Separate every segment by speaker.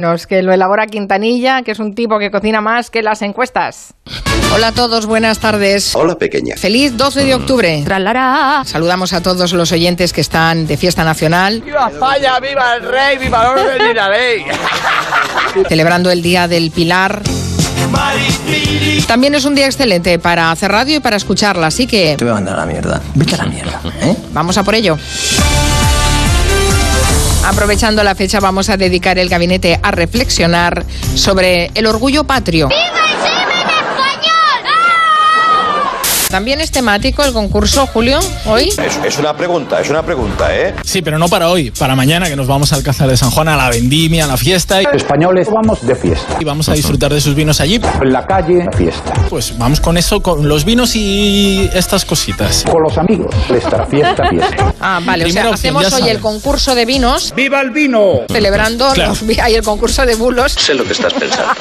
Speaker 1: No, es que lo elabora Quintanilla, que es un tipo que cocina más que las encuestas.
Speaker 2: Hola a todos, buenas tardes.
Speaker 3: Hola pequeña.
Speaker 2: Feliz 12 de octubre. Tralará. Saludamos a todos los oyentes que están de fiesta nacional.
Speaker 4: ¡Viva Falla! ¡Viva el rey! ¡Viva el orden y la ley!
Speaker 2: Celebrando el Día del Pilar. También es un día excelente para hacer radio y para escucharla, así que
Speaker 5: Te voy a mandar a la mierda. Vete a la mierda, ¿eh?
Speaker 2: vamos a por ello. Aprovechando la fecha, vamos a dedicar el gabinete a reflexionar sobre el orgullo patrio. También es temático el concurso, Julio, hoy.
Speaker 3: Es, es una pregunta, es una pregunta, ¿eh?
Speaker 6: Sí, pero no para hoy, para mañana que nos vamos al Cázar de San Juan a la vendimia, a la fiesta y,
Speaker 7: Españoles, vamos de fiesta.
Speaker 6: y vamos a disfrutar de sus vinos allí.
Speaker 7: En la calle, fiesta.
Speaker 6: Pues vamos con eso, con los vinos y estas cositas.
Speaker 7: Con los amigos, fiesta, fiesta, fiesta.
Speaker 2: Ah, vale, o sea,
Speaker 6: Primera opción,
Speaker 2: hacemos
Speaker 6: ya
Speaker 2: hoy
Speaker 6: sabe.
Speaker 2: el concurso de vinos,
Speaker 7: ¡Viva el vino!
Speaker 2: celebrando
Speaker 6: Claro.
Speaker 2: los vi- ay, el concurso de bulos.
Speaker 3: Sé lo que estás pensando.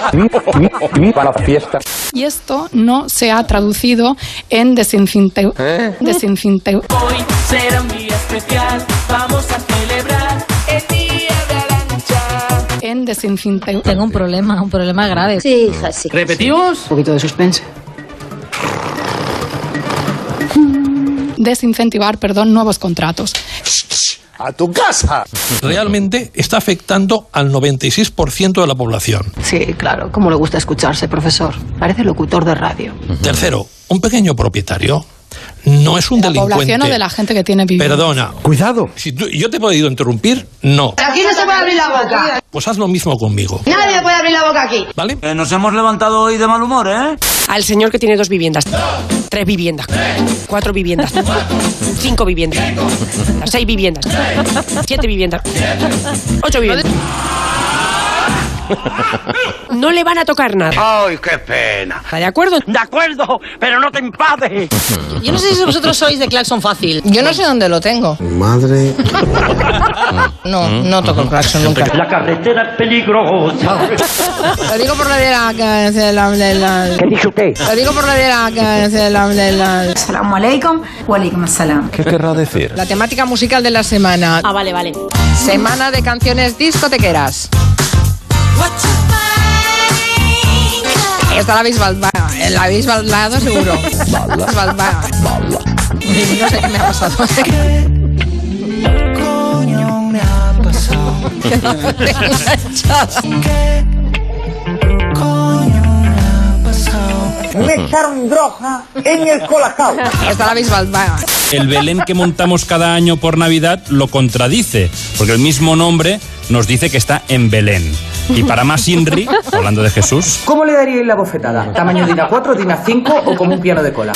Speaker 7: ¡Viva la fiesta!
Speaker 8: y esto no se ha traducido en desincinte- desincinte-
Speaker 9: Hoy será un día especial, vamos a celebrar el día de Arancha.
Speaker 8: en desincinte-
Speaker 10: Tengo un problema, un problema grave. Sí, hija, sí.
Speaker 9: ¿Repetimos?
Speaker 8: desincentivar, perdón, nuevos contratos.
Speaker 7: ¡A tu casa!
Speaker 5: Realmente está afectando al 96% de la población.
Speaker 9: Sí, claro, como le gusta escucharse, profesor. Parece locutor de radio.
Speaker 5: Tercero, un pequeño propietario no es un
Speaker 8: ¿De la
Speaker 5: delincuente.
Speaker 8: población o de la gente que tiene vivienda?
Speaker 5: Perdona.
Speaker 7: ¡Cuidado!
Speaker 5: Si tú- yo te he podido interrumpir, no. Aquí no se puede abrir la boca. Pues haz lo mismo conmigo. Nadie puede abrir la boca aquí. ¿Vale?
Speaker 4: Eh, nos hemos levantado hoy de mal humor, ¿eh?
Speaker 9: Al señor que tiene dos viviendas, tres viviendas, cuatro viviendas, cinco viviendas, seis viviendas, siete viviendas, ocho viviendas. No le van a tocar nada.
Speaker 4: ¡Ay, qué pena!
Speaker 9: ¿Está de acuerdo?
Speaker 4: De acuerdo, pero no te empades.
Speaker 10: Yo no sé si vosotros sois de claxon fácil.
Speaker 2: Yo no sé dónde lo tengo.
Speaker 3: Madre.
Speaker 2: No, no toco el claxon nunca.
Speaker 4: La carretera es peligrosa.
Speaker 2: Lo digo por la de la... que- de la- de la-
Speaker 7: ¿Qué dice usted?
Speaker 2: Lo digo por la de la... que- de la- de la-
Speaker 10: Salamu alaikum, wa alaikum assalam.
Speaker 3: ¿Qué querrá decir?
Speaker 2: la temática musical de la semana.
Speaker 10: Ah, vale, vale.
Speaker 2: Semana de canciones discotequeras. Esta la habéis bailado, la habéis bailado seguro. Balba. No sé qué me ha pasado. ¿eh? Que no puede enganchar.
Speaker 9: Me echaron droga en el colacao.
Speaker 2: Esta la habéis bailado.
Speaker 11: El Belén que montamos cada año por Navidad lo contradice, porque el mismo nombre nos dice que está en Belén. Y para más Inri, hablando de Jesús,
Speaker 9: ¿Cómo le daríais la bofetada? ¿Tamaño Dina 4, Dina 5 o como un piano de cola?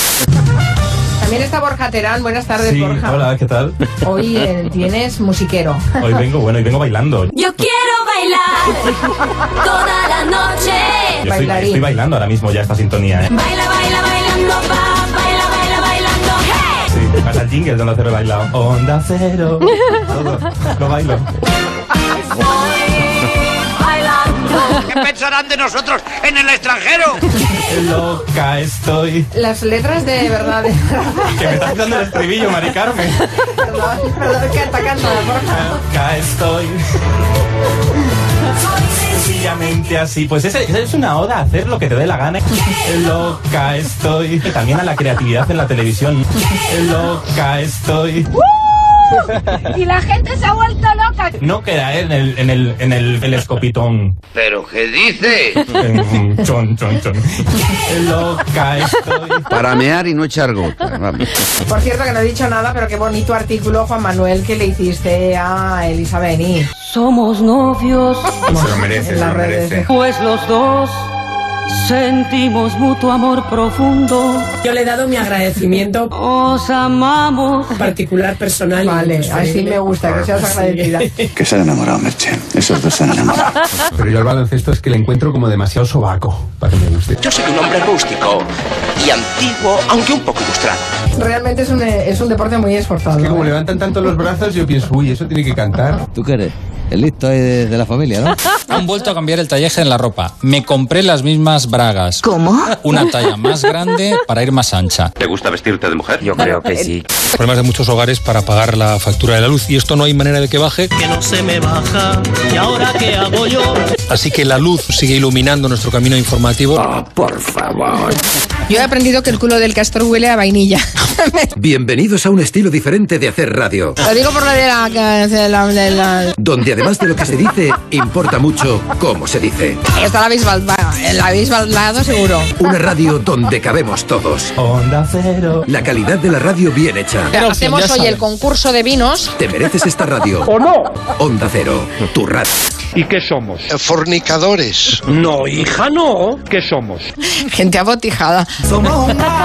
Speaker 2: También está Borja Terán. Buenas tardes, Borja.
Speaker 11: ¿qué tal?
Speaker 2: Hoy eh, tienes musiquero.
Speaker 11: Hoy vengo, bueno, y vengo bailando.
Speaker 10: Yo quiero bailar toda la noche.
Speaker 11: Yo estoy,
Speaker 2: Bailarín.
Speaker 11: estoy bailando ahora mismo ya esta sintonía, ¿eh?
Speaker 10: Baila, baila, bailando, va, baila, baila, bailando. Hey.
Speaker 11: Sí, pasa el jingle de Onda Cero he bailado. Onda Cero, todo, lo bailo.
Speaker 4: ¿Qué pensarán de nosotros en el extranjero?
Speaker 11: Qué loca estoy.
Speaker 2: Las letras de verdad, de verdad,
Speaker 11: Que me estás dando el estribillo, Mari Carmen.
Speaker 2: perdón, perdón, que atacando a Borja.
Speaker 11: Acá estoy. Sencillamente así. Pues esa esa es una oda a hacer lo que te dé la gana. Loca estoy. Y También a la creatividad en la televisión. Loca estoy.
Speaker 10: ¡Uh! Y la gente se ha vuelto loca.
Speaker 11: No queda en el, en el, en el telescopitón.
Speaker 4: ¿Pero qué dice?
Speaker 11: En- Chon, chon, chon. Loca estoy.
Speaker 3: Para mear y no echar gota. vamos.
Speaker 2: Por cierto, que no he dicho nada, pero qué bonito artículo, Juan Manuel, que le hiciste a Elisa Bení
Speaker 9: Somos novios,
Speaker 11: Se lo merece,
Speaker 2: en las redes. de-
Speaker 9: pues los dos sentimos mutuo amor profundo. Yo le he dado mi agradecimiento. Os amamos. Particular, personal.
Speaker 2: Vale, así me gusta, que seas agradecida.
Speaker 3: Que se han enamorado, Merche. Esos dos se han enamorado.
Speaker 11: Pero yo al baloncesto es que le encuentro como demasiado sobaco para que me guste.
Speaker 4: Yo soy un hombre rústico y antiguo, aunque un poco ilustrado.
Speaker 2: Realmente es un, eh, es un deporte muy esforzado.
Speaker 11: levantan tanto los brazos, yo pienso, uy, eso tiene que cantar.
Speaker 7: ¿Tú qué eres?
Speaker 12: El listo ahí de, de la familia, ¿no?
Speaker 13: Han vuelto a cambiar el tallaje en la ropa. Me compré las mismas bragas. ¿Cómo? Una talla más grande para ir más ancha.
Speaker 14: ¿Te gusta vestirte de mujer? Yo creo que sí.
Speaker 5: Problemas de muchos hogares para pagar la factura de la luz y esto no hay manera de que baje.
Speaker 15: Que no se me baja. ¿Y ahora qué hago yo?
Speaker 5: Así que la luz sigue iluminando nuestro camino informativo.
Speaker 16: Ah,
Speaker 5: por favor.
Speaker 2: Yo he aprendido que el culo del castor huele a vainilla.
Speaker 16: Bienvenidos a un estilo diferente de hacer radio,
Speaker 2: Lo digo por la de la... de la- de la-
Speaker 16: donde además de lo que se dice, importa mucho cómo se dice.
Speaker 2: Esta la habéis baldado, la habéis baldado seguro.
Speaker 16: Una radio donde cabemos todos. Onda cero. La calidad de la radio bien hecha.
Speaker 2: Hacemos hoy el concurso de vinos.
Speaker 16: Te mereces esta radio. ¿O no? Onda cero, tu radio. ¿Y qué somos? Fornicadores. No, hija, no. ¿Qué somos?
Speaker 2: Gente abotijada.
Speaker 16: Somos
Speaker 2: humanos.